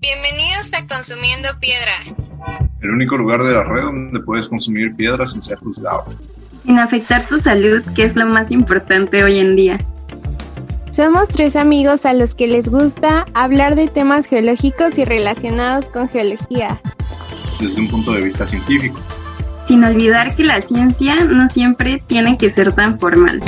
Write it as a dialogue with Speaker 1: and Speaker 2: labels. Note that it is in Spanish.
Speaker 1: Bienvenidos a Consumiendo Piedra.
Speaker 2: El único lugar de la red donde puedes consumir piedra sin ser juzgado.
Speaker 3: Sin afectar tu salud, que es lo más importante hoy en día.
Speaker 4: Somos tres amigos a los que les gusta hablar de temas geológicos y relacionados con geología.
Speaker 2: Desde un punto de vista científico.
Speaker 3: Sin olvidar que la ciencia no siempre tiene que ser tan formal.